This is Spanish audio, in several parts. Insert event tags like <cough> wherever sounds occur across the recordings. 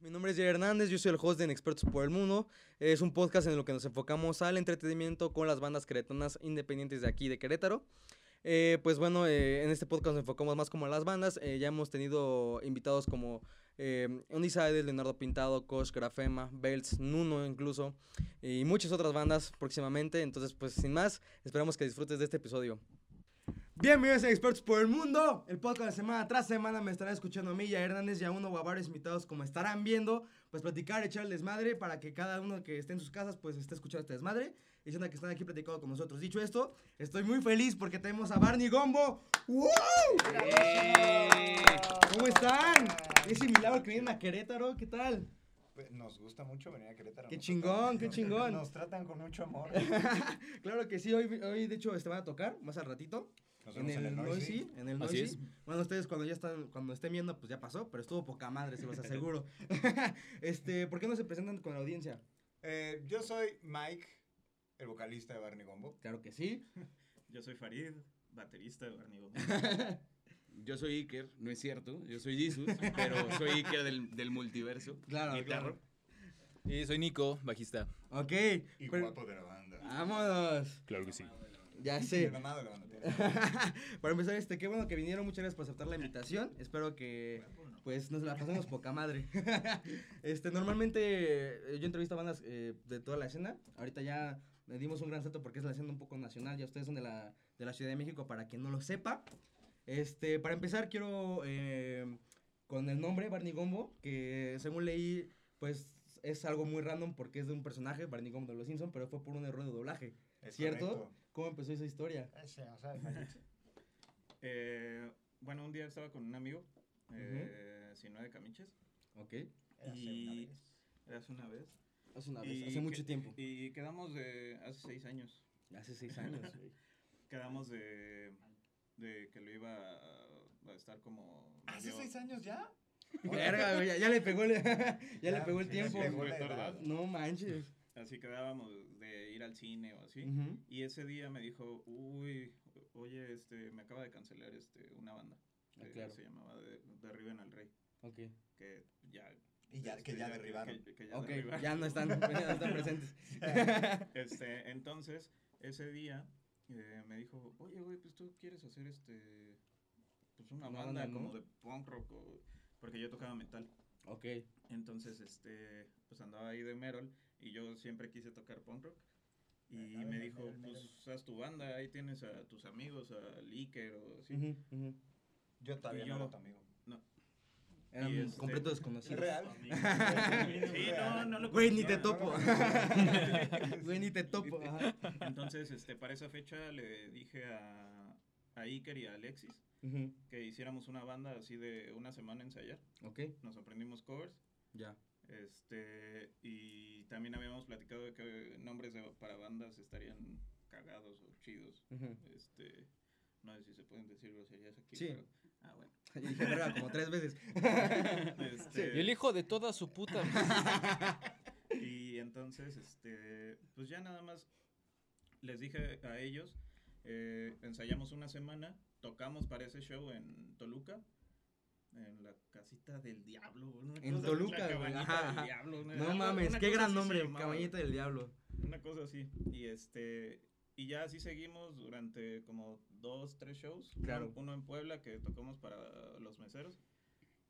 Mi nombre es Jerry Hernández, yo soy el host de En Expertos por el Mundo. Es un podcast en el que nos enfocamos al entretenimiento con las bandas queretanas independientes de aquí de Querétaro. Eh, pues bueno, eh, en este podcast nos enfocamos más como a las bandas. Eh, ya hemos tenido invitados como eh, Undecided, Leonardo Pintado, Kosh, Grafema, Belts, Nuno incluso, y muchas otras bandas próximamente. Entonces, pues sin más, esperamos que disfrutes de este episodio. Bienvenidos a Expertos por el Mundo, el podcast de semana tras semana me estará escuchando a mí, a Hernández y a uno o a varios invitados como estarán viendo, pues platicar, echarles madre para que cada uno que esté en sus casas pues esté escuchando este desmadre y sienta que están aquí platicando con nosotros. Dicho esto, estoy muy feliz porque tenemos a Barney Gombo. ¡Wow! ¿Cómo están? Es similar que vienen a Querétaro, ¿qué tal? Pues, Nos gusta mucho venir a Querétaro. ¡Qué nos chingón, tratan- qué nos- chingón! Nos tratan con mucho <laughs> amor. claro que sí, hoy, hoy de hecho este van a tocar más al ratito. Nos en vemos el, Noisy, en el Así Noisy. Bueno, ustedes cuando ya están, cuando estén viendo, pues ya pasó, pero estuvo poca madre, se los aseguro. <laughs> este, ¿por qué no se presentan con la audiencia? Eh, yo soy Mike, el vocalista de Barney Gombo. Claro que sí. Yo soy Farid, baterista de Barnigo. Yo soy Iker, no es cierto, yo soy <laughs> Jesus, pero soy Iker del, del multiverso. Claro, Guitarra. Y soy Nico, bajista. claro. Ok. Y pero- Ah, guapo de la banda. vámonos. Claro que sí. Ya El sé. mamado de la banda. tiene. <laughs> Para empezar, este, qué bueno que vinieron, muchas gracias por aceptar la invitación. Espero que pues nos la pasemos poca madre. <laughs> este, normalmente eh, yo entrevisto a bandas eh, de toda la escena. Ahorita ya le dimos un gran salto porque es la escena un poco nacional. Ya ustedes son de la, de la Ciudad de México para quien no lo sepa. Este, para empezar, quiero eh, con el nombre Barney Gombo, que según leí, pues es algo muy random porque es de un personaje, Barney Gombo de los Simpsons, pero fue por un error de doblaje. Es ¿Cierto? correcto. ¿Cómo empezó esa historia? Ese, o sea, maldito. Eh, bueno, un día estaba con un amigo, eh, si no de Camiches, Ok. <laughs> Érase una vez. Y- hace una vez. Hace una Y vez, hace que- mucho tiempo. Y quedamos de, hace seis años, Hace seis <laughs> años. quedamos de, de que lo iba a, a estar como... ¿Hace medio- seis años ya? <laughs> Verga, güey, ya, ya le pegó el, <laughs> ya, le Ya, pegó el ya tiempo. pegó Muy la edad. tardado. No manches. Así quedábamos de ir al cine o así. Ujú. Y ese día me dijo, uy, oye, este, me acaba de cancelar este, una banda. Ah, que claro. Se llamaba de- Derriben al Rey. Ok. Que ya... Y ya, que este, ya derribaron. que- que ya Ok, derribaron. ya no están, <laughs> ya no están presentes. Este, entonces, ese día eh, me dijo, oye, güey, pues tú quieres hacer este, pues una Una banda banda, ¿no? como de punk rock, o- porque yo tocaba metal. <laughs> Ok. Entonces, este, pues andaba ahí de Merol y yo siempre quise tocar punk rock. Y Ah, me Merol, dijo, Merol, Merol. pues haz tu banda, ahí tienes a tus amigos, a Licker o así. Ujú, ujú. Yo todavía Y no yo- era tu amigo. Eran Y este- completos desconocidos. <laughs> Real. Sí, no, no lo Güey, ni conocía, te no to- topo. <laughs> Güey, ni te topo. ajá. Entonces, este, para esa fecha le dije a, a Iker y a Alexis Ujú, que hiciéramos una banda así de una semana ensayar. Ok, Nos aprendimos covers. ya. Este, y también habíamos platicado de que nombres de- para bandas estarían cagados o chidos. <laughs> Ujú. Este, no sé si se pueden decir groserías aquí. Sí. pero- ah, bueno. Y dije, verga, como tres <laughs> veces. Este, Y el hijo de toda su puta. Y entonces, este, pues ya nada más les dije a ellos, eh, ensayamos una semana, tocamos para ese show en Toluca, en la casita del diablo. una En cosa- la Toluca, güey, cabañita ajá, del ajá. diablo, una- No algo- mames, una qué cosa así gran se nombre, llamaba, Caballito del Diablo. Una cosa así. Y este... Y ya así seguimos durante como dos, tres shows. Uno- Claro. Uno, en Puebla que tocamos para los meseros,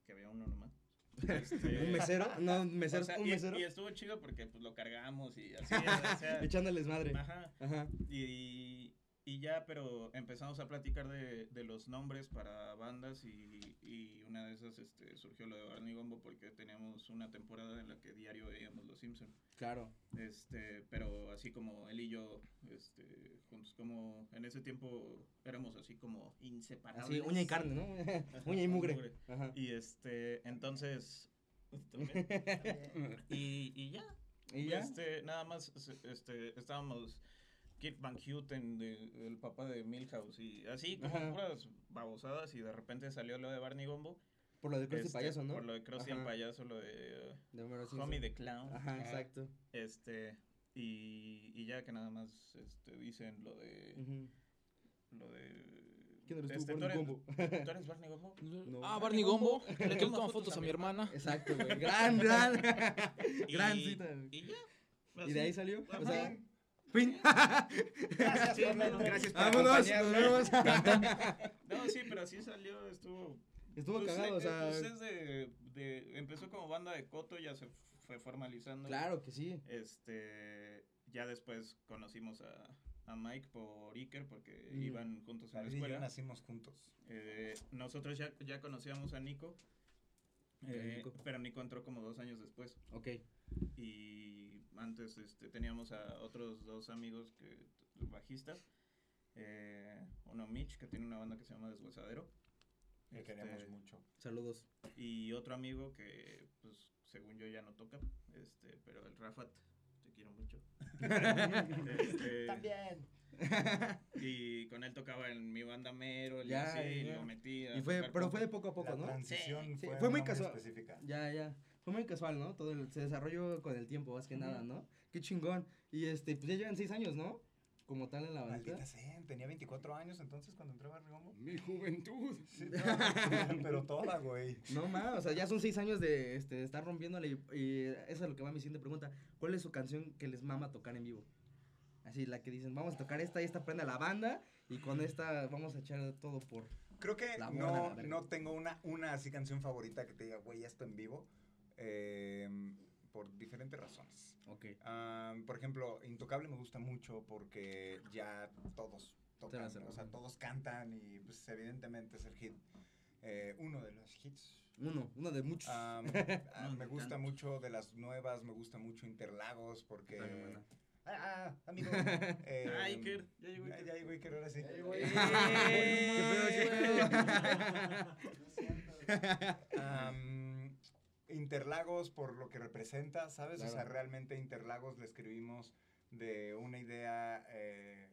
que había uno nomás. <laughs> Este, ¿Un mesero? No, un mesero, o sea, un y, mesero. y estuvo chido porque pues lo cargamos y así. <laughs> o sea, Echándoles madre. ajá. Ajá. Y, y ya, pero empezamos a platicar de, de los nombres para bandas y, y una de esas este, surgió lo de Barney Gombo porque teníamos una temporada en la que diario veíamos Los Simpson. Claro. Este, pero así como él y yo, este, juntos como en ese tiempo éramos así como inseparables. Así, uña y carne, ¿no? Uña y mugre. mugre. Ajá. Y este, entonces... <laughs> y, y ya, <laughs> ¿Y ya? Este, nada más es- este, estábamos Kit Van Houten, de- el papá de Milhouse, y así como Ajá. puras babosadas, y de repente salió lo de Barney Gombo. Por lo de Cruz y este, Payaso, ¿no? Por lo de Krusty el Ajá. Payaso, lo de uh, De Homero Simpson. Homie the Clown. Ajá, exacto. Este, y, y ya que nada más este, dicen lo de, Ujú. lo de ¿Quién eres tú? Este, tú Barney eres- Gombo. <laughs> ¿Tú eres Barney Gumbo? <laughs> No. Ah, Barney Gombo. Le toman fotos a mi hermana. Exacto, güey. <laughs> Gran, gran. gran Y- cita. güey. Y pues ya. Y de ahí salió. O sea, Fin. <laughs> fin. Gracias, por vernos. Gracias por Vámonos, nos acompañarnos. <laughs> vemos. No, sí, pero así salió, estuvo... <laughs> Estuvo pues, cagado, o eh, sea. pues, es de, de- empezó como banda de coto, ya se fue formalizando. Claro que sí. Este, ya después conocimos a, a Mike por Iker porque Mm. iban juntos a la David y yo escuela. nacimos juntos. Eh, nosotros ya, ya conocíamos a Nico, eh, Nico. pero Nico entró como dos años después. Ok. Y antes este, teníamos a otros dos amigos que, bajistas. eh, uno Mitch, que tiene una banda que se llama Desguazadero. Le Este, queremos mucho. Saludos. <laughs> Y otro amigo que, pues, según yo ya no toca, este, pero el Rafat, te quiero <laughs> mucho. Este, También. Y con él tocaba en mi banda Mero, y Ya, así, ya. lo metí. a Y fue, tocar pero punk. fue de poco a poco, La ¿no? transición Sí, fue, fue muy muy casual. específica. Ya, ya. Fue muy casual, ¿no? Todo el- se desarrolló con el tiempo, más que nada, ¿no? Qué chingón. Y este, pues ya llevan seis años, ¿no? Como tal en la bandita. Maldita sea, tenía 24 años entonces cuando entré a Barrio Bombo. Mi juventud. <laughs> Sí, toda, pero toda, güey. No más, o sea, ya son seis años de este, de estar rompiéndole y, y esa es lo que va mi siguiente pregunta. ¿Cuál es su canción que les mama tocar en vivo? Así, la que dicen, vamos a tocar esta y esta prenda la banda y con esta vamos a echar todo por... Creo que La mona, la no, verga. no tengo una, una así canción favorita que te diga, güey, esto en vivo. eh, por diferentes razones. Ok. Am, por ejemplo, Intocable me gusta mucho porque ya todos tocan, las o sea, arreglan. todos cantan y pues evidentemente es el hit, eh, uno de los hits. Uno, uno de muchos. <laughs> Am, ah, de me gusta tantos. mucho de las nuevas, me gusta mucho Interlagos porque... Dale, buena. Ah, ah, amigo. eh, Ah, Iker, ya llegó ah, Iker. Ya llegó Iker, ahora sí. <laughs> ¡Qué pedo, qué <laughs> Am, Interlagos por lo que representa, ¿sabes? O sea, Claro. realmente Interlagos le escribimos de una idea eh,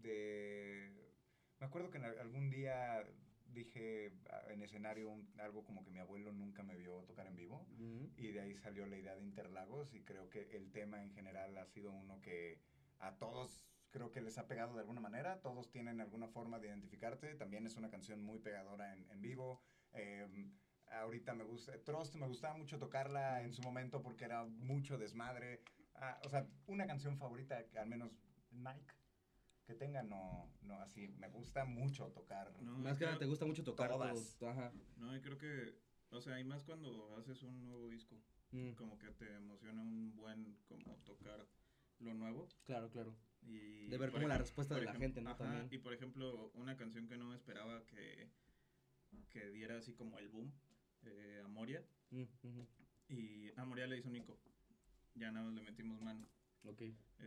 de... Me acuerdo que en al- algún día dije ah, en escenario un- algo como que mi abuelo nunca me vio tocar en vivo Ujú. y de ahí salió la idea de Interlagos y creo que el tema en general ha sido uno que a todos creo que les ha pegado de alguna manera, todos tienen alguna forma de identificarte, también es una canción muy pegadora en, en vivo. eh, ahorita me gusta, Trust me gustaba mucho tocarla en su momento porque era mucho desmadre. Ah, o sea, una canción favorita, que al menos Mike, que tenga, no, no, así, me gusta mucho tocar. No, Más que creo- nada, te gusta mucho tocar Todas. todos, Ajá. No, y creo que, o sea, y más cuando haces un nuevo disco, Mm, como que te emociona un buen, como tocar lo nuevo. claro, claro. Y De ver por cómo la ejem- respuesta por de la ejem- gente, ¿no? ajá, También. Y por ejemplo, una canción que no me esperaba que, que diera así como el boom, eh, Amoria. Mm, ujú. Y Amoria le hizo Nico. Ya nada más le metimos mano. Ok.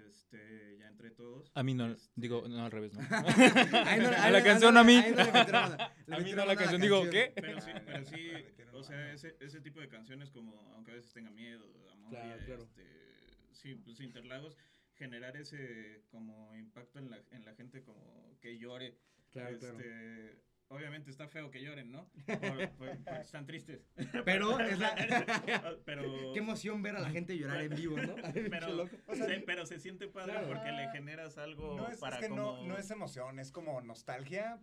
Este, ya entre todos. A mí no, Este, digo, no, al revés, ¿no? <laughs> Ahí no- A ahí la no- canción, ahí a mí. no- ahí no le metieron nada. Le <laughs> A mí metieron no nada la canción, digo, ¿qué? Pero sí, Ah, pero le- sí, <laughs> le metieron o sea, mano. ese, ese tipo de canciones como, aunque a veces tenga miedo, Amoria, Claro, claro. este, sí, pues Interlagos, generar ese como impacto en la, en la gente como que llore. Claro, claro. Este, Obviamente está feo que <laughs> lloren, ¿no? Por- por- porque están tristes. Pero es la... <laughs> pero, Qué emoción ver a la gente llorar en vivo, <laughs> ¿no? Ay, pero, qué loco. O sea, se, pero se siente padre claro. porque le generas algo No es, es para que no- como- no, es emoción, es como nostalgia.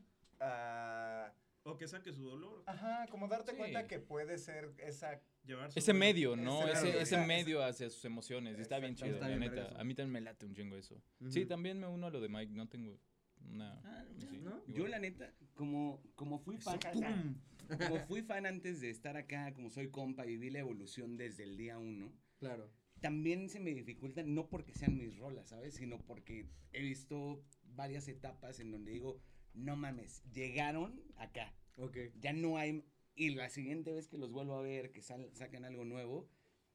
ah, O que saque su dolor. Ajá, como darte Sí. cuenta que puede ser esa... Llevar su Ese dolor. medio, ¿no? Ese- Ese, claro, ese esa- medio hacia sus emociones. y Está bien Exacto, chido, está la bien verga neta. eso. A mí también me late un chingo eso. Sí, Ujú. también me uno a lo de Mike. No tengo una... Ah, no. sí, ¿No? igual. <laughs> Yo la neta, como, como fui fan, como fui fan antes de estar acá, como soy compa y vi la evolución desde el día uno, Claro. también se me dificulta, no porque sean mis rolas, ¿sabes? Sino porque he visto varias etapas en donde digo, no mames, llegaron acá, Ok. ya no hay, y la siguiente vez que los vuelvo a ver, que sal- sacan algo nuevo,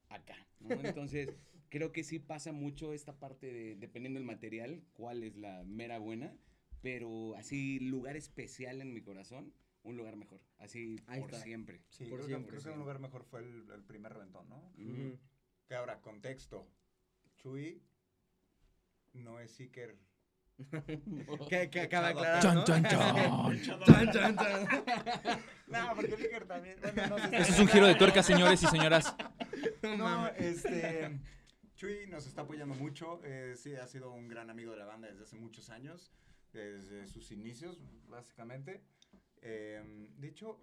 acá, <laughs> ¿no? Entonces, creo que sí pasa mucho esta parte de, dependiendo del material, cuál es la mera buena, pero así, lugar especial en mi corazón, un lugar mejor, así Ahí por está. siempre. Sí, Por creo, siempre, que, creo que sí. un lugar mejor fue el, el primer reventón, ¿no? Ujú. Que ahora, contexto. Chuy no es Iker. Que, que acaba de Chavo. aclarar, Chan, ¿no? <laughs> chan, chan. <laughs> Chan, chan, <laughs> chan. No, porque el Iker también... Bueno, no sé. Eso Este es un giro de tuerca, señores y señoras. No, <laughs> este... Chuy nos está apoyando mucho. eh, sí, ha sido un gran amigo de la banda desde hace muchos años. desde sus inicios, básicamente. Em, de hecho,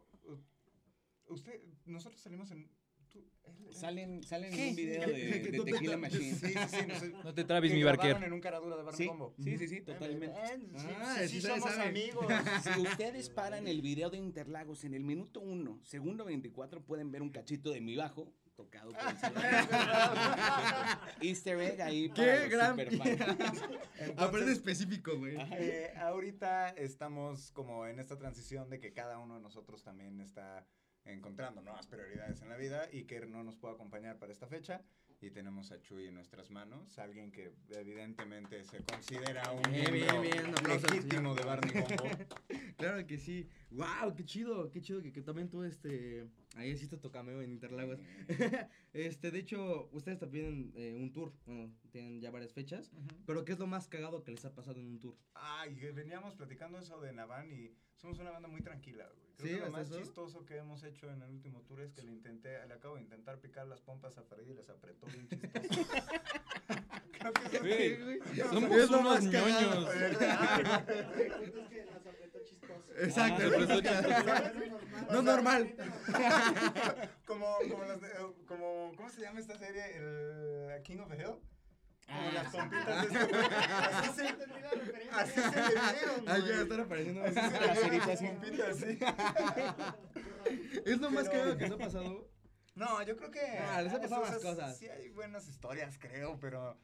u- usted, nosotros salimos en... tú- él- él- <laughs> Salen, salen en ¿Qué? un video de, Que de tú te Tequila tra- <laughs> Machine. Sí, Sí, sí, sí. nos- No te trabes, que mi grabaron barquero. en un caradura de Barra Sí, Combo. sí, sí, sí, totalmente. Eh, sí, Ah, sí, sí sí sabe, somos sabe. amigos. Si ustedes paran el video de Interlagos en el minuto 1, segundo 24, pueden ver un cachito de mi bajo tocado por <laughs> el Salvador. Easter egg ahí para ¡Qué los gran <laughs> superfans. Aparte Entonces, específico, güey. eh, ahorita estamos como en esta transición de que cada uno de nosotros también está encontrando nuevas prioridades en la vida y que no nos puede acompañar para esta fecha. Y tenemos a Chuy en nuestras manos, alguien que evidentemente se considera un Bien, bien, miembro bien, un aplauso al legítimo señor. de Barney Combo. <laughs> Claro que sí. Wow, qué chido, qué chido que, que también tú este ahí hiciste tu cameo en Interlagos. <laughs> este, de hecho, ustedes también eh, un tour, bueno, tienen ya varias fechas, pero ¿qué es lo más cagado que les ha pasado en un tour? Ay, que veníamos platicando eso de Navan y somos una banda muy tranquila, güey. Creo ¿Sí? que lo ¿Hasta más eso? chistoso que hemos hecho en el último tour es que le intenté, le acabo de intentar picar las pompas a Freddy y les apretó bien <laughs> chistoso. Creo que eso- Güey, Somos Somos lo unos más cagado. Eh, ñoños. ah, Exacto, Ah, pero- no es normal. como, como, las de- como, ¿cómo se llama esta serie? El eh, King of the Hill. Como las pompitas. de <laughs> este güey. Ah. Así se, así se le vieron, Ay, ya güey. están apareciendo. Así se le Las vieron ceritas, las sí. pompitas, sí. Es lo más Pero- cagado que les ha <laughs> pasado. No, yo creo que. Ah, les ha pasado o sea, más cosas. Sí, hay buenas historias, creo, pero.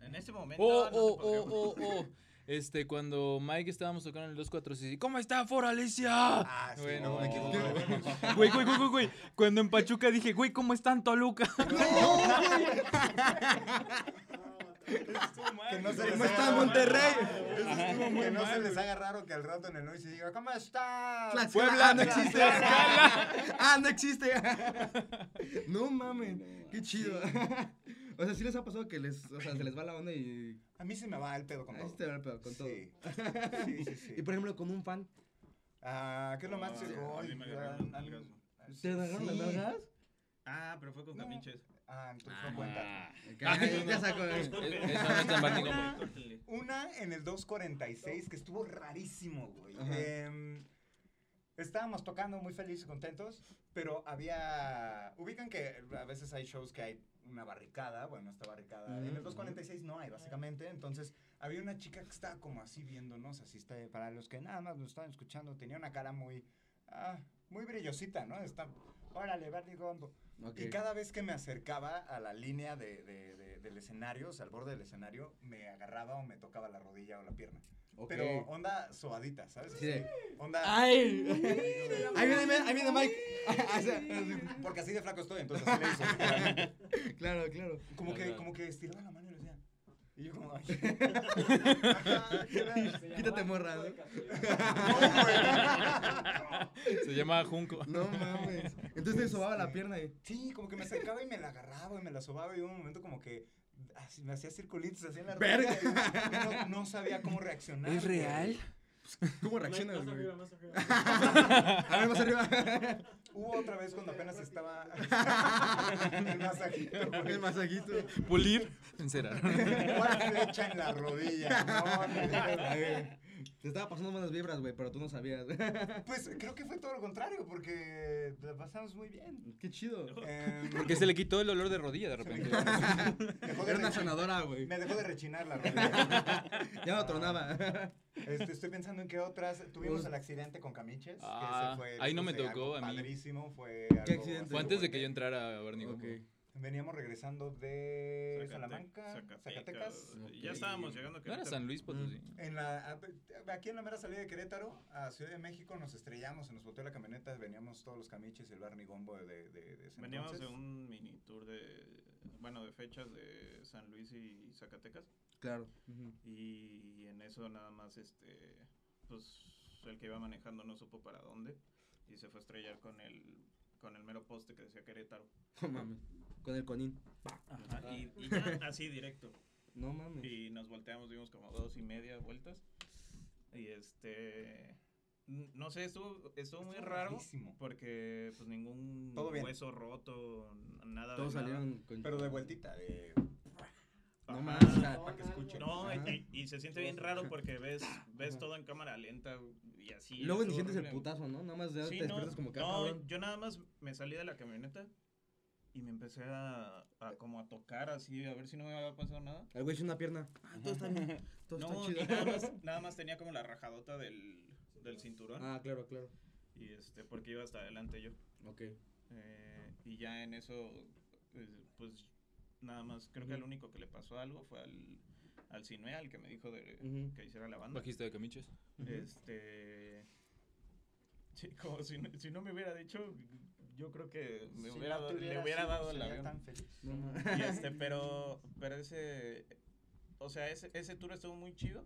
En este momento. Oh, no te oh, podría- oh, oh, oh. Este, cuando Mike estábamos tocando en el 246, ¿cómo está Foralicia? Ah, sí, Güey, no, no. me equivoqué. <laughs> Güey, güey, güey, güey, güey. Cuando en Pachuca dije, güey, ¿cómo <laughs> están Toluca? Que no se les ¿Cómo haga está raro. Monterrey? Eso Ajá. estuvo Muy Que no se mal, les haga raro que al rato en el noise diga, ¿cómo está? Puebla no existe. Ah, no existe. <laughs> No mames. No, Qué chido. <laughs> O sea, sí les ha pasado que les, o sea, se les va la onda y A mí se me va el pedo con Ahí todo. sí te va el pedo, con todo. Sí, sí, <laughs> sí. sí. Y por ejemplo, con un fan. Ah, ¿qué es lo más Ah, chico? a mí me agarraron las nalgas, güey. ¿Te agarraron las nalgas? Ah, pero fue con No. Capinches. <laughs> Ah, entonces no cuenta. Ah, Ay, <laughs> Ya saco. eh. eh. Eso <laughs> no está en Barney Combo. Córtenle. Una en el 246 que estuvo rarísimo, güey. Ajá. Em, estábamos tocando muy felices y contentos, pero había... Ubican que a veces hay shows que hay una barricada, bueno, esta barricada. En el Ujú. 246 no hay, básicamente. Entonces, había una chica que estaba como así viéndonos, así está, para los que nada más nos estaban escuchando, tenía una cara muy... ah, muy brillosita, ¿no? Está... Órale, Barney Gombo. Y cada vez que me acercaba a la línea de, de- de- del escenario, o sea, al borde del escenario, me agarraba o me tocaba la rodilla o la pierna. Pero onda sobadita, ¿sabes? Sí. Así, Onda. Ay. Ahí viene, ahí viene Mike. <laughs> Ah, o sea, Porque así de flaco estoy, entonces así le hice. literalmente. Claro, claro. <laughs> Como que, Ajá. como que estiraba la mano y le decía. Y yo como, ay. Ajá, ¿qué era? Quítate morra. ¿no? Se <laughs> llama Junco. No mames. Entonces te sobaba la pierna y. Sí, como que me acercaba y me la agarraba y me la sobaba y hubo un momento como que así, me hacía circulitos así en la rodilla. Verga. y No, no sabía cómo reaccionar. ¿Es güey. real? ¿Cómo reaccionas, güey? <laughs> A ver, más arriba. Hubo otra vez cuando apenas estaba el masajito, güey. El masajito. Pulir. <laughs> Sincera. Una flecha en la rodilla. No, no, Te estaba pasando malas vibras, güey, pero tú no sabías. <laughs> no. Pues creo que fue todo lo contrario, porque la pasamos muy bien. Qué chido. Em, Porque se le quitó el olor de rodilla de <laughs> repente. dejó de Era una rechi- sanadora, güey. me dejó de rechinar la rodilla. Ya no tronaba. Este, estoy pensando en qué otras. Tuvimos el accidente con Camiches. que ese Pues Ah, fue, ahí no me fue algo tocó a mí. Padrísimo, fue algo accidente? bastante Fue antes de que yo fuerte. entrara a Barney Combo. <laughs> Ok. Veníamos regresando de Zacate- Salamanca, Zacatecas. Y Ya estábamos llegando a ¿No era Querétaro. San Luis Potosí? En la, a- aquí en la mera salida de Querétaro, a Ciudad de México, nos estrellamos, se nos botó la camioneta, veníamos todos los camiches y el Barney Gombo de, de, de, de ese Veníamos de entonces. un mini tour de, bueno, de fechas de San Luis y Zacatecas. Claro. Y en eso nada más, este, pues el que iba manejando no supo para dónde y se fue a estrellar con el, con el mero poste que decía Querétaro. No mames. Con el conín. Ajá, Y, y ya así directo. No mames. Y nos volteamos, dimos como dos y media vueltas. Y este, n- no sé, estuvo, estuvo muy Estuvo raro. rarísimo. Porque pues ningún Todo bien. hueso roto, n- nada Todos de nada. salieron con. Pero de vueltita, de... No Ajá. más, o sea, No, para que escuchen. No, Ajá. y, y se siente bien raro porque ves, ves todo en cámara lenta y así. Y luego ni estuvo sientes el horrible. putazo, ¿no? Nada más ya Sí, te no, despiertas como que, ah, no, cabrón. yo nada más me salí de la camioneta y me empecé a, a como a tocar así, a ver si no me había pasado nada. El güey hizo una pierna. Ah, todo está bien. Todo No, y está nada chido. <laughs> más, nada más tenía como la rajadota del, del cinturón Ah, claro, claro. y este, porque iba hasta adelante yo. Ok. Eh, y ya en eso, eh, pues nada más, creo que el único que le pasó algo fue al, al Sinue, al que me dijo de, Ujú. que hiciera la banda. Bajista de camiches. Este. Sí, <laughs> como si no, si no me hubiera dicho, yo creo que me Si hubiera no te dado- le hubieras hubiera ido, dado el sería avión. tan feliz. No, no. <laughs> Y este, pero, pero ese. O sea, ese, ese tour estuvo muy chido.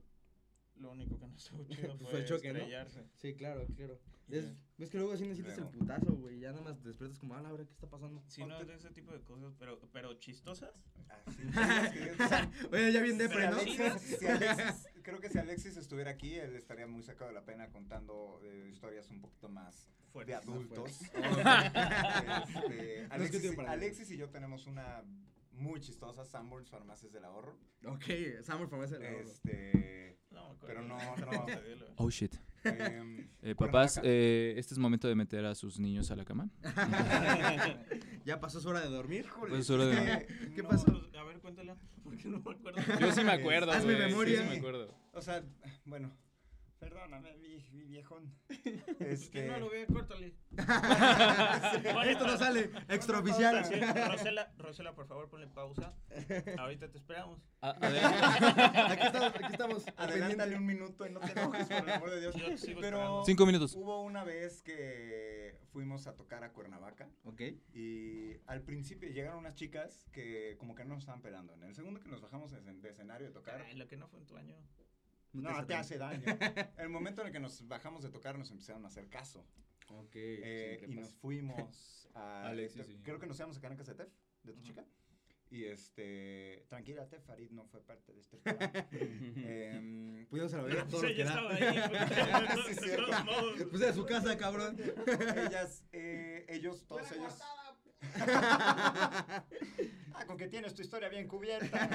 Lo único que no estuvo chido Pues fue, fue el choque, ¿no? estrellarse. Sí, claro, claro. Ya. Es- ves que luego así necesitas el Luego. putazo, güey. Ya nada más te despiertas como, ah, la verdad, ¿qué está pasando? Sí, no, de ese tipo de cosas, pero, pero chistosas. Así es, <laughs> así es. Oye, ya bien Sí, depre, ¿no? sí, sí. Si Alexis- creo que si Alexis estuviera aquí, él estaría muy sacado de la pena contando eh, historias un poquito más de Fuertes. <laughs> adultos. No Este, es que Alexis, tiene para- Alexis y yo tenemos una muy chistosa, Sanborns Farmacias del Ahorro. Ok, Samuel Famesa de <laughs> la Este, <laughs> No, me acuerdo. pero no, no. <laughs> Oh shit. em, Eh, Cuernavaca. papás, eh, este es momento de meter a sus niños a la cama. Ya pasó su hora de dormir. Híjole, Pues, solo de- eh, ¿Qué No, pasó? pues, a ver, cuéntala. <laughs> Porque no me acuerdo. Yo sí me acuerdo. Hazme güey, memoria. Yo sí me acuerdo. O sea, bueno, perdóname, mi, mi viejón. Pues <laughs> que Este, no lo ve, córtale. Esto no sale extraoficial. Sí, Rosela, Rosela, por favor, ponle pausa. Ahorita te esperamos. A- adel- Aquí estamos, aquí estamos. al pendiente. adelántale un minuto y no te enojes, por el amor de Dios. Yo te sigo Pero esperando. Cinco minutos. hubo una vez que fuimos a tocar a Cuernavaca Ok. y al principio llegaron unas chicas que como que no nos estaban pelando. En el segundo que nos bajamos de escen- de escenario de tocar, Ay, lo que no fue en tu año. no, te hace daño. el momento en el que nos bajamos de tocar nos empezaron a hacer caso. Ok. Eh, siempre y nos <laughs> fuimos a. Alexis, te- sí. Creo que nos íbamos a quedar en casa de Tef, de tu Ajá. chica. Y este. Tranquila, Tef, Farid no fue parte de <laughs> este programa. Em, Pudimos a la verga todo Sí, lo yo que estaba da. ahí. <laughs> pues, Sí, de cierto. todos modos. Pues era su casa, cabrón. ellas, eh, ellos, todos ellos. ah, con que tienes tu historia bien <laughs> cubierta.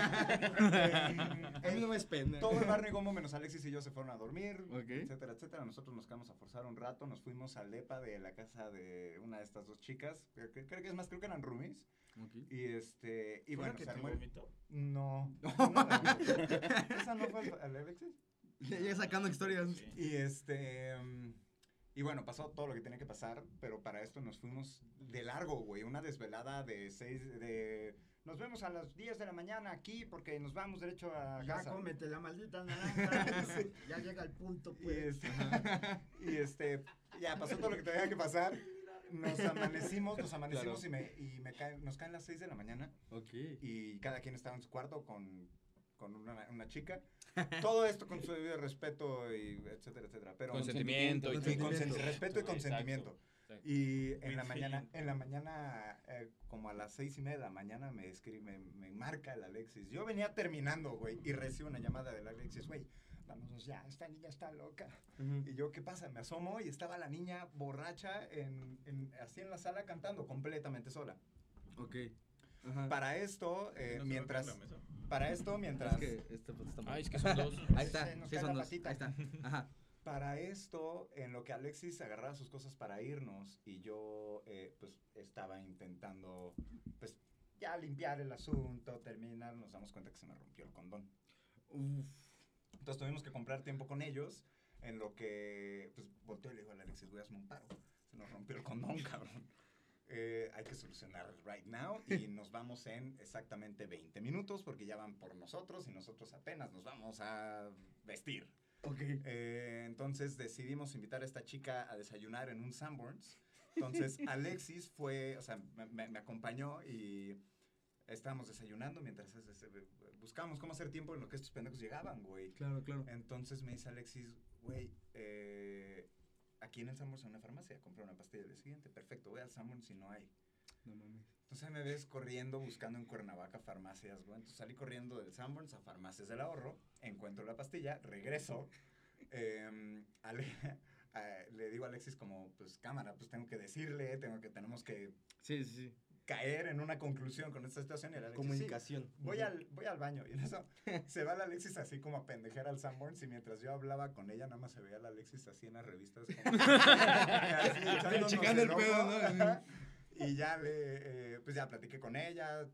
Em, A mí no me es pena. Todo el barrio Gomo menos Alexis y yo se fueron a dormir, Ok. etcétera, etcétera. Nosotros nos quedamos a forzar un rato, nos fuimos al EPA de la casa de una de estas dos chicas. Creo que creo que es más, creo que eran roomies. Y este, y ¿Fue la bueno, que se te armó el- vomitó? <laughs> No. no era Alexis. ¿Esa no fue al- al Alexis? <laughs> Ya sacando historias. Sí. Y este. mm, Y bueno, pasó todo lo que tenía que pasar, pero para esto nos fuimos de largo, güey. Una desvelada de seis. de. Nos vemos a las 10 de la mañana aquí porque nos vamos derecho a Ya casa. cómete la <laughs> maldita naranja. Sí. Ya llega el punto, Y pues. este, <laughs> y este, ya pasó todo lo que tenía que pasar. Nos amanecimos, nos amanecimos y, me, y me caen, nos caen las 6 de la mañana Ok. y cada quien estaba en su cuarto con, con una, una chica. Todo esto con su debido respeto y etcétera, etcétera. Pero Consentimiento y y todo. consen- respeto y Exacto, consentimiento. exacto. Y en la Win-win. mañana, en la mañana eh, como a las seis y media de la mañana me escribe, me, me marca el Alexis. Yo venía terminando, güey, y recibo una llamada del Alexis, güey, vámonos ya, esta niña está loca. Y yo, ¿qué pasa? Me asomo y estaba la niña borracha en, en- así en la sala cantando completamente sola. Ok. Ajá. Para esto, eh, ¿No se mientras, golpeó la mesa? para esto, mientras, Es que este pues, está mal. Ay, es que son dos. Ahí Se está, nos sí cae son la dos. Ahí patita. está. Ajá. para esto, en lo que Alexis agarraba sus cosas para irnos y yo, eh, pues, estaba intentando, pues, ya limpiar el asunto, terminar, nos damos cuenta que se me rompió el condón. Uf. Entonces tuvimos que comprar tiempo con ellos, en lo que, pues, volteo y le digo a Alexis, güey, hazme un paro. Se nos rompió el condón, <laughs> cabrón. Eh, hay que solucionar el right now <laughs> y nos vamos en exactamente 20 minutos porque ya van por nosotros y nosotros apenas nos vamos a vestir. Ok. Eh, entonces decidimos invitar a esta chica a desayunar en un Sanborns. Entonces Alexis fue, o sea, me, me- me acompañó y estábamos desayunando mientras es- es- buscábamos cómo hacer tiempo en lo que estos pendejos llegaban, güey. Claro, claro. Entonces me dice Alexis, güey, eh, aquí en el Sanborns hay una farmacia, compré una pastilla del siguiente, perfecto, voy al Sanborns si no hay. No mames. Entonces ahí me ves corriendo buscando en Cuernavaca farmacias, güey. Entonces salí corriendo del Sanborns a Farmacias del Ahorro, encuentro la pastilla, regreso. em, Ale- a- le digo a Alexis como, pues cámara, pues tengo que decirle, tengo que, tenemos que Sí, sí, sí. caer en una conclusión con esta situación. Y el Alexis, Comunicación. "Sí, voy, al, voy al baño. Y en eso se va la Alexis así como a pendejear al Sanborns. Y mientras yo hablaba con ella, nada más se veía la Alexis así en las revistas. como- <laughs> así, echándonos Checando el ojo. pedo, ¿no? Ajá. Y ya le, eh, pues ya platiqué con ella,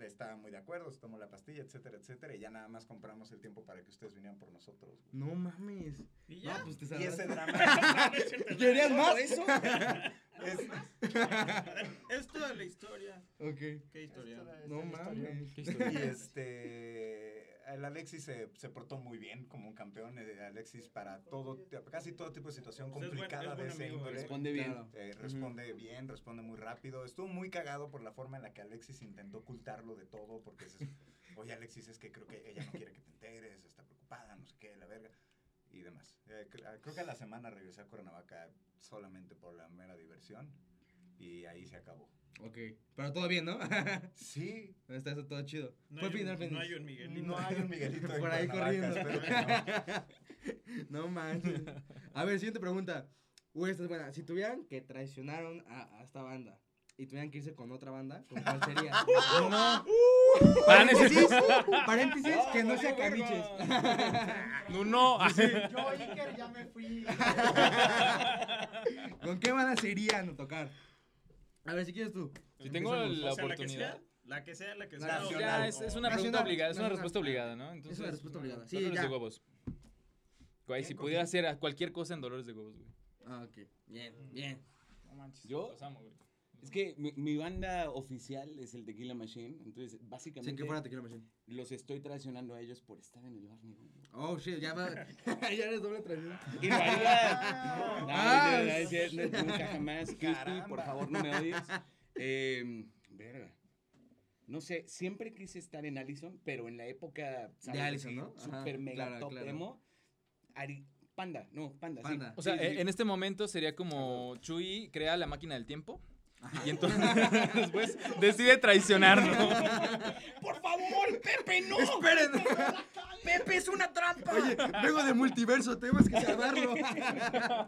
estaba muy de acuerdo, se tomó la pastilla, etcétera, etcétera, y ya nada más compramos el tiempo para que ustedes vinieran por nosotros. güey. No mames. Y No, ya. pues te Y salvaste. ese drama <laughs> No es cierto, no. ¿Querías más? eso? es... <laughs> Es toda la historia. <laughs> Ok. ¿Qué historia? No mames. <laughs> ¿Qué Y historia? este, el Alexis se, se portó muy bien como un campeón, el Alexis para todo, casi todo tipo de situación Pues es buen- es complicada buen de ese amigo, índole. Responde bien. Claro. Eh, responde bien, responde muy rápido. Estuvo muy cagado por la forma en la que Alexis intentó ocultarlo de todo, porque se- oye Alexis, es que creo que ella no quiere que te enteres, está preocupada, no sé qué, la verga, y demás. Eh, cre- ah, creo que a la semana regresé a Cuernavaca solamente por la mera diversión, y ahí se acabó. Ok. Pero todo bien, ¿no? <laughs> Sí, Está eso todo chido. No Fue hay un- final feliz. No hay un Miguelito. no hay un Miguelito <laughs> en Por ahí Cuernavaca, corriendo. espero que no. <laughs> no manches. A ver, siguiente pregunta. Uy, esta es buena. Si tuvieran que traicionaron a, a esta banda y tuvieran que irse con otra banda, ¿con cuál <laughs> sería? no. Ah, Paréntesis, paréntesis, que no Ah, sea caniches. <laughs> No, no. <laughs> Yo, Iker, ya me fui. ¿Con qué banda se irían a tocar? A ver, si quieres tú. <laughs> Si tengo la O sea, la que oportunidad. sea, la que sea, la que sea. Nacional. o- Ya, es, es una Nacional, pregunta obligada, es una nacional. respuesta obligada, ¿no? Entonces, respuesta obligada. Sí, Sí, Dolores ya. de huevos. Güey, si pudiera hacer a cualquier cosa en Dolores de huevos, güey. Ah, ok. Bien, bien. No manches. ¿Yo? Los amo, güey. Es que mi, mi banda oficial es el Tequila Machine, entonces básicamente Sin que fuera tequila machine. los estoy traicionando a ellos por estar en el Barney. güey. Oh, shit, ya va. <laughs> ya eres doble traidor. Y lo haría. No, Ah, no, no, es cierto, nunca jamás. Crispy, por Caramba. favor, no me odies. <laughs> Eh, verga. No sé, siempre quise estar en Allison, pero en la época. ¿sabes? Allison, Así, ¿no? Ajá, Super mega claro, top claro. emo. Ari- Panda, no, Panda. sí. Panda. O sea, Sí, sí. e- en este momento sería como Chuy crea la máquina del tiempo. Y entonces <laughs> después decide traicionarnos. ¡Por favor, Pepe, no! ¡Esperen! ¡Pepe es una trampa! Oye, vengo de multiverso, tenemos <laughs> que salvarlo.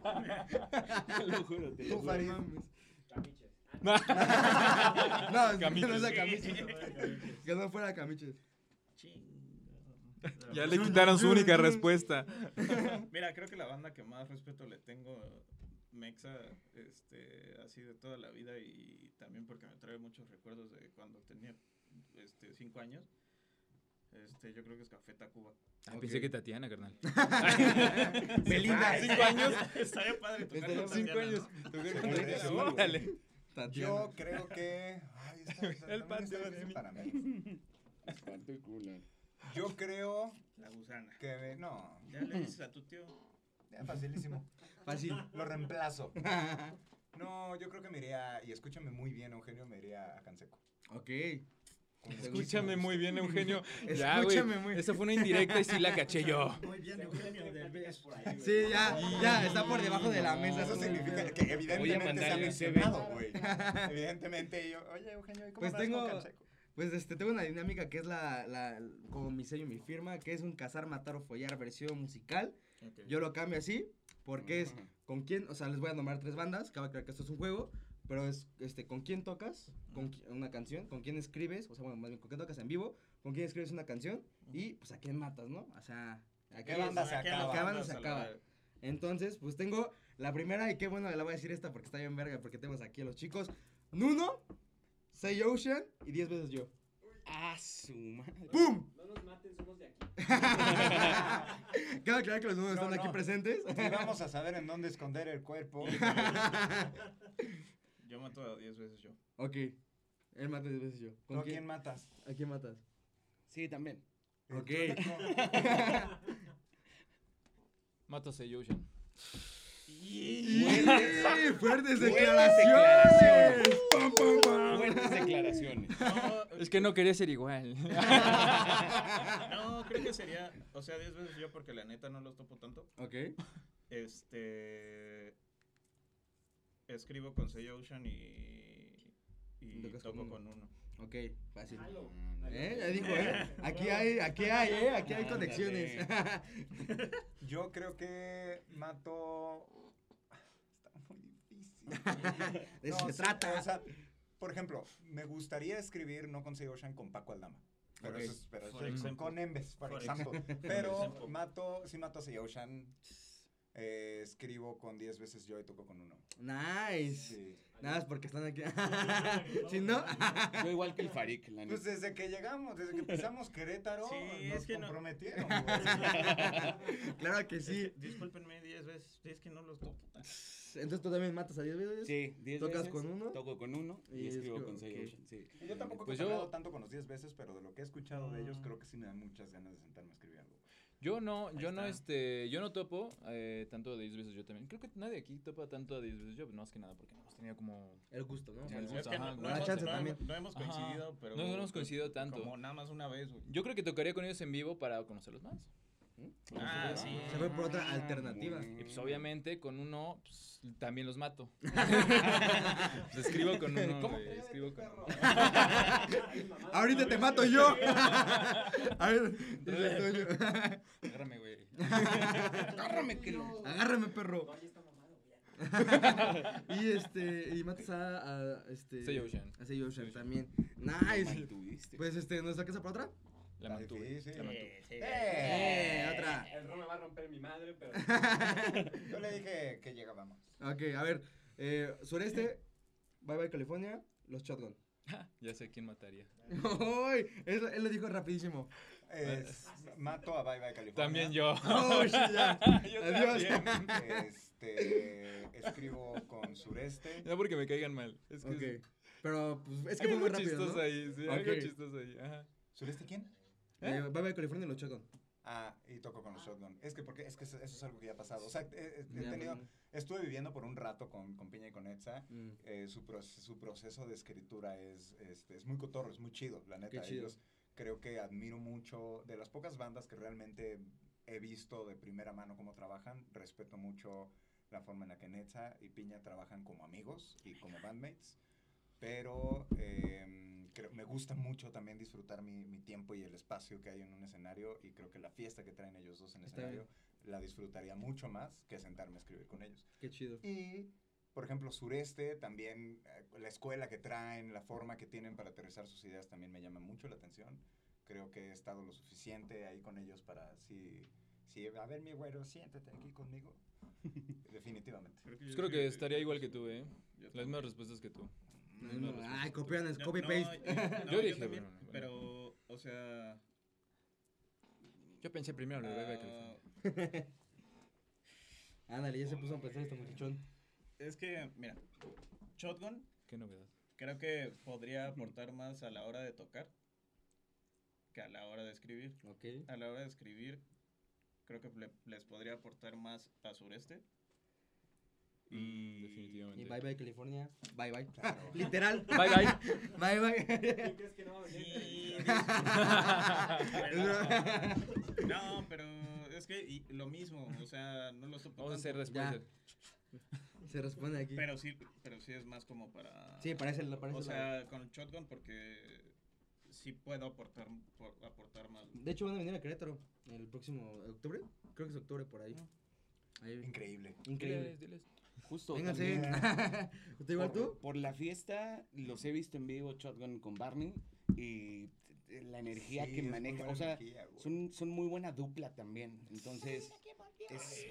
te lo juro, te Tú, lo juro. Farid. <laughs> No, que <laughs> Camiches. no sea camiches. Que no fuera camiches. Chinga. ya le quitaron su única respuesta. <laughs> Mira, creo que la banda que más respeto le tengo, Mexa, este, así de toda la vida y también porque me trae muchos recuerdos de cuando tenía este, cinco años. Este, yo creo que es Café Tacuba. <laughs> Ah, Pensé que Tatiana, carnal. Belinda. Cinco años. Estaría padre tocar con Cinco Tatiana, años. ¿no? <laughs> Órale. Tatiana. Yo creo que. Ay, esta- esta El también pan está de difícil Benjamín. para mí. Particular. Yo creo La gusana. que. me- No, Ya le dices a tu tío. ya, facilísimo. Fácil. Lo reemplazo. No, yo creo que me iría. Y escúchame muy bien, Eugenio, me iría a Canseco. Ok. Con muchísimo Escúchame muy gusto. bien, <laughs> Eugenio. Ya, güey. Escúchame muy- Esa fue una indirecta y sí la caché <laughs> yo. Muy bien, Eugenio Derbez. Sí, ya, ya, está por debajo de la No, mesa. Pues Eso todo el significa pedo. que evidentemente se ha mandarle un CV. mencionado, güey. Evidentemente yo, oye Eugenio, ¿y ¿cómo Pues hablas con tengo- Canseco? Pues este, tengo una dinámica que es la, la, como mi sello y mi firma, que es un cazar, matar o follar versión musical. Yo lo cambio así, porque es con quién, o sea, les voy a nombrar tres bandas, cabe creer que esto es un juego, pero es este con quién tocas, con qui- una canción, con quién escribes, o sea, bueno, más bien con quién tocas en vivo, con quién escribes una canción y pues a quién matas, ¿no? O sea, a ¿Qué quién banda se Aquí en la acaba? ¿Qué banda banda se acaba? la- Entonces, pues tengo la primera y qué bueno la voy a decir esta porque está bien verga, porque tenemos aquí a los chicos Nuno, Say Ocean y 10 veces yo. ¡Ah, su madre! ¡Pum! No nos maten, somos de aquí. <laughs> Cabe aclarar que los Nunos No, están aquí no. presentes. <laughs> Y vamos a saber en dónde esconder el cuerpo. Yo mato a 10 veces yo. ok. Él mata 10 veces yo. ¿Con quién matas? ¿A quién <laughs> matas? Sí, también. Ok. Mátase, Yushan. Fuertes, fuertes declaraciones. declaraciones. Pam, pam, pam. Buenas declaraciones. Es que no quería ser igual. <laughs> No, creo que sería, o sea, 10 veces yo porque la neta no los topo tanto. Ok. Este. Escribo con Say Ocean y. Y Tocas con toco uno. con uno. Ok, fácil. Halo. <laughs> ¿Eh? Ya dijo, ¿eh? Aquí hay, aquí hay, ¿eh? Aquí hay Ándale. conexiones. <laughs> Yo creo que mato. Está muy difícil. De eso No, se sí, trata. o sea, por ejemplo, me gustaría escribir No Consigo Ocean con Paco Aldama. Pero Ok. eso es, pero eso For es example. con Embes, por For ejemplo. example. <laughs> Pero mato, sí mato a Seiyoshan. Eh, escribo con 10 veces yo y toco con uno. Nice. Sí. Nada más porque están aquí. si no. Yo igual que el Farik, la Pues neta. desde que llegamos, desde que pisamos Querétaro, Sí, nos es que no- comprometieron. güey. claro que <laughs> Es sí. que, discúlpenme 10 veces, es que no los topo. tan- Entonces tú también matas a 10 veces. Sí, 10 ¿Tocas veces, con uno? Toco con uno y, Y escribo escribo, con Sei ok. Ocean, sí. Yo tampoco Pues he yo- tocado tanto con los 10 veces, pero de lo que he escuchado de ellos, Ah. creo que sí me dan muchas ganas de sentarme a escribir algo. <laughs> Yo no, yo no, está. este, yo no topo eh, tanto a 10 veces yo también. Creo que nadie aquí topa tanto a 10 veces yo, más que nada porque no hemos tenido como... El gusto, ¿no? Ya, Es gusto, que ajá, no, güey. no La hemos, chance no hemos- también. no hemos Ajá. coincidido, pero. No hemos coincidido tanto. Como nada más una vez, güey. Yo creo que tocaría con ellos en vivo para conocerlos más. ¿Mm? Ah, sí. Se fue por otra alternativa. Y pues obviamente con uno pues, también los <laughs> mato. Pues, escribo con uno, ¿Cómo? güey, escribo con uno. <laughs> Ahorita te mato yo. <laughs> A ver, dile Brother. Toño. Agárrame, güey. Agárrame que lo... Agárrame, perro. <laughs> y este, y matas a, a, este. Soy Ocean. A Sei Ocean Sei Ocean. también. lo Nice. mantuviste. Pues este, ¿nos sacas para otra? La Está mantuve. difícil. La mantuve. Eh, otra. El Roma va a romper mi madre, pero. Yo le dije que llegábamos. Ok, a ver. eh, sureste, Bye Bye California, los Shotgun. Ya sé quién mataría. ¡Ay! Él, él lo dijo rapidísimo. Es- mato a Bye Bye California. También yo. ¡Oh, shit, ya. <laughs> Yo Adiós. también. Este, escribo con sureste. No porque me caigan mal. Es que es- Ok. Pero pues, es que fue algo muy rápido. chistoso ¿no? ahí, sí, algo Ok. chistoso ahí. Ajá. ¿Sureste quién? Eh, bye bye California y los Shotgun. Ah, y toco con los shotgun. Es que porque es que eso, eso es algo que ya ha pasado. O sea, he- he, he Ya, tenido, pues, estuve viviendo por un rato con, con Piña y con Etza. mm. Eh, su, proce- su proceso de escritura es, este, es muy cotorro, es muy chido, la neta. chido. Ellos creo que admiro mucho de las pocas bandas que realmente he visto de primera mano cómo trabajan. Respeto mucho la forma en la que Netza y Piña trabajan como amigos y como bandmates. Pero em, creo- me gusta mucho también disfrutar mi, mi tiempo y el espacio que hay en un escenario. Y creo que la fiesta que traen ellos dos en el Está bien. escenario la disfrutaría mucho más que sentarme a escribir con ellos. Qué chido. Y, por ejemplo, sureste, también eh, la escuela que traen, la forma que tienen para aterrizar sus ideas también me llama mucho la atención. Creo que he estado lo suficiente ahí con ellos para, sí, sí a ver, mi güero, siéntate aquí <laughs> conmigo. Definitivamente. Pues creo que estaría igual que tú, ¿eh? Las mismas respuestas que tú. No, Mismas no, respuestas Mm, Ay, que tú. copian, es No, copy no, paste. yo- no, Yo yo dije, también, bueno, bueno. pero, o sea. Yo pensé primero en el bebé California. ah, Ándale, ya se puso a pensar este muchachón. es que, mira, Shotgun Qué novedad. creo que podría aportar más a la hora de tocar que a la hora de escribir. Ok. A la hora de escribir, creo que le- les podría aportar más a sureste. Mm, Y bye definitivamente. bye California. Bye bye. Claro. <laughs> Literal. Bye bye. <laughs> Bye bye. ¿Quién crees que no va a Y venir? dis- no, pero es que y lo mismo, o sea, no lo soporto. Vamos a hacer tanto, después. Ya. el- se responde aquí. Pero sí, pero sí es más como para. Sí, parece el. Parece O la- sea, con el shotgun porque sí puedo aportar, por- aportar más. De hecho, van a venir a Querétaro el próximo octubre. Creo que es octubre por ahí. Ahí. Increíble. Increíble. Diles, diles. Justo Vénganse. también, ¿Usted igual por, tú? por la fiesta, los he visto en vivo, Shotgun con Barney, y t- t- la energía Sí, que es muy maneja, buena o sea, energía, güey. son, son muy buena dupla también, entonces... <laughs> Es,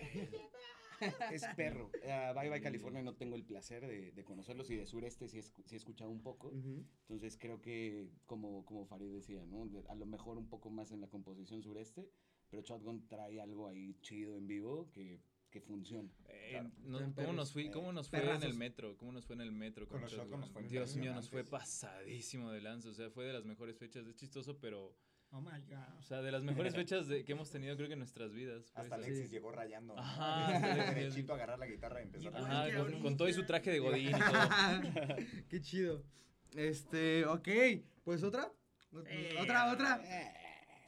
es perro. Ah, bye Mm. Bye California no tengo el placer de, de conocerlos y de sureste sí, he escu- sí he escuchado un poco. Ujú. Entonces creo que, como, como Farid decía, ¿no? De- a lo mejor un poco más en la composición sureste, pero Shotgun trae algo ahí chido en vivo que, que funciona. Eh, Claro. no- Eran ¿cómo, perros. nos fui, Eh, ¿Cómo nos fue en el perrazos. metro? ¿Cómo nos fue en el metro? Con los Shotgun? Shotgun nos fue Dios mío, nos fue impresionante, pasadísimo de lanza. O sea, fue de las mejores fechas. Es chistoso, pero. Oh my O god. <laughs> sea, de las mejores fechas de- que hemos tenido, creo que en nuestras vidas. fue Hasta esa. Alexis Sí. llegó rayando. ¿no? Ajá, hasta Alexis. <laughs> Derechito a agarrar la guitarra y empezar a Ajá, Ay, qué con, con todo y su bonita. traje de <laughs> Godín y todo. <laughs> Qué chido. Este, ok. Pues otra. Eh. Otra, otra.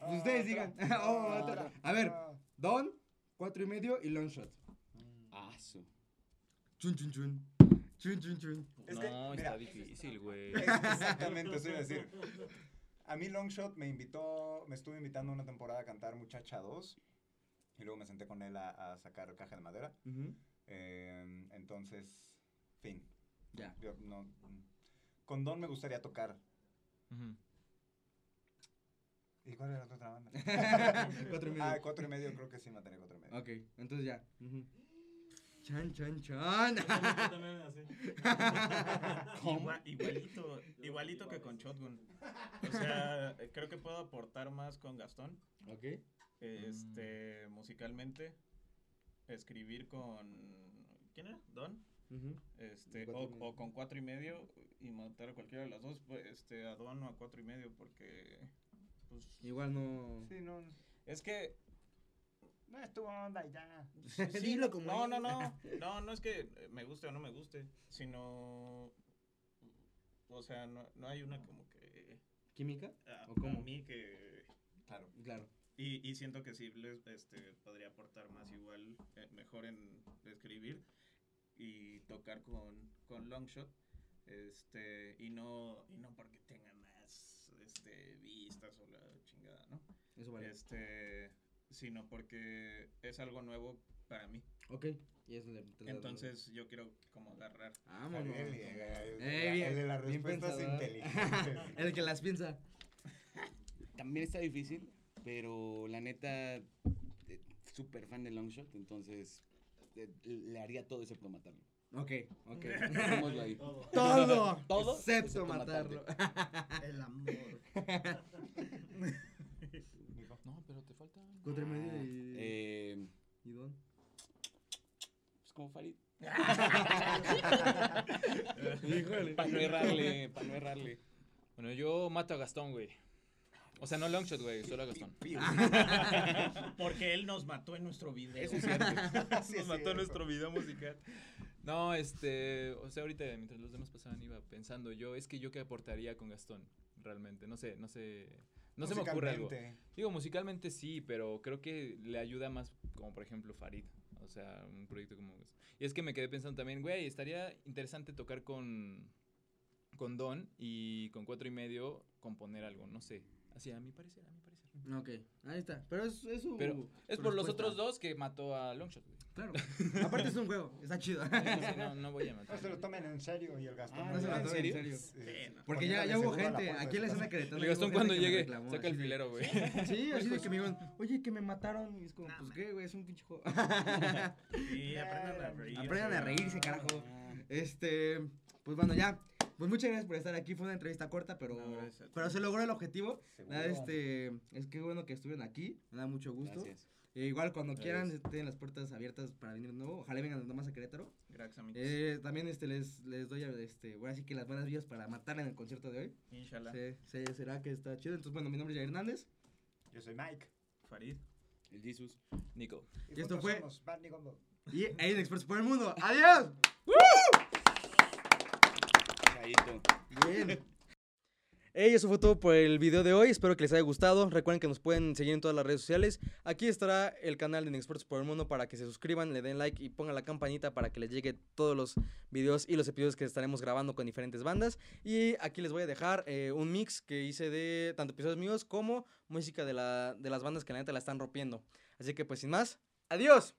Ah, Ustedes otra. digan. <laughs> Oh, Ah, otra. otra. A ver, Ah. Don, cuatro y medio y long shot. Ah, su. Chun, chun, chun. Chun, chun, chun. Es que, no, mira, está difícil, güey. Exactamente, eso iba a decir. A mí Longshot me invitó, me estuvo invitando una temporada a cantar Muchacha 2 y luego me senté con él a, a sacar caja de madera. Eh, entonces, fin. Ya. Yo no, Con Don me gustaría tocar. Ujú. ¿Y cuál era la otra banda? <laughs> Cuatro y medio. Ah, cuatro y medio, creo que sí mataría cuatro y medio. Ok, entonces ya. Ujú. Chan, chan, chan. <laughs> Yo también así. Igua- igualito, igualito que con Shotgun. O sea, creo que puedo aportar más con Gastón. ok. Mm. Este, musicalmente. Escribir con. ¿Quién era? ¿Don? Ujú. Este, Cuatro o, y medio. o con cuatro y medio y matar a cualquiera de las dos, pues, este, a Don o a cuatro y medio, porque pues, Igual no. Sí, no, <laughs> es que no es tu onda y ya. Sí, sí, Dilo como no, es. <laughs> no, no. No, no es que eh, me guste o no me guste, sino. O sea, no, no hay una como que. ¿Química? A, ¿O cómo? Ah, a mí que. Claro. Claro. Y, y siento que sí les este, podría aportar más igual, eh, mejor en escribir y tocar con, con Longshot. Este, y no, y no porque tenga más este, vistas o la chingada, ¿no? Eso vale. Este, sino porque es algo nuevo para mí. Ok. Y eso le- te lo- Ah, Entonces yo quiero como agarrar. Vámonos. Ariel, eh, el, Eh, de la- bien, el de las bien respuestas pensador. inteligentes. <laughs> El que las piensa. También está difícil, pero la neta, eh, súper fan de Longshot, entonces eh, le haría todo excepto matarlo. Ok, ok. <laughs> Dejémoslo ahí. Todo. Todo. Todo Excepto, excepto matarlo. <laughs> El amor. Dijo, No, pero te <laughs> faltan. Cuatro y medio y. Eh, y don. pues como Farid. Híjole. Para no errarle, para no errarle. Bueno, yo mato a Gastón, güey. O sea, no Longshot, güey, solo a Gastón. Ah. Porque él nos mató en nuestro video. "Sí, Nos es mató cierto". nuestro video musical. No, este, o sea, ahorita mientras los demás pasaban iba pensando yo, es que yo qué aportaría con Gastón, realmente, no sé, no sé, no se me ocurre algo. Musicalmente, Digo, musicalmente sí, pero creo que le ayuda más, como por ejemplo Farid. O sea, un proyecto como. Y es que me quedé pensando también, güey, estaría interesante tocar con. Con Don y con cuatro y medio componer algo, no sé. Así, a mi parecer, a mi parecer. Ok, ahí está. Pero es, es su. Pero es por los respuesta. otros dos que mató a Longshot, güey. Claro. Aparte es un juego. Está <laughs> chido. Sí, no, no voy a No <laughs> Ah, matar. se lo tomen en serio y el Gastón. Ah, no No se se la tomen lo tome en en serio. serio. Sí, no. Porque ya, ya hubo gente. Aquí en la escena El queretana. ya <laughs> Gastón hubo cuando gente que me llegue, reclamó, saca el así de- filero, Pues, güey. <laughs> Sí, así de que me dijeron, oye, que me mataron. Y es como, pues qué, güey, es un pinche <laughs> juego. <laughs> Sí, aprendan a reír. Aprendan a reírse, carajo. Ah, Este, pues bueno, ya. Pues muchas gracias por estar aquí. Fue una entrevista corta, pero, No, gracias a ti. pero se logró el objetivo. Nada, Seguro. este, es que bueno que estuvieron aquí. Me da mucho gusto. gracias. Eh, igual cuando quieran, tienen las puertas abiertas para venir de nuevo. Ojalá vengan nomás a Querétaro. Gracias, amigos. Eh, también este, les, les doy este, ahora sí que las buenas vías para matarla en el concierto de hoy. Inshallah. Se, se- será que está chido. Entonces, bueno, mi nombre es Jair Hernández. Yo soy Mike. Farid. El Jesus. Nico. Y esto juntos fue- somos Bad Nico. Y <laughs> hay un experto por el mundo. ¡Adiós! Chaito. Bien. Hey, eso fue todo por el video de hoy. Espero que les haya gustado. Recuerden que nos pueden seguir en todas las redes sociales. Aquí estará el canal de Inexpertos por el Mundo para que se suscriban, le den like y pongan la campanita para que les llegue todos los videos y los episodios que estaremos grabando con diferentes bandas. Y aquí les voy a dejar eh, un mix que hice de tanto episodios míos como música de, la, de las bandas que la neta la están rompiendo. Así que pues sin más, ¡adiós!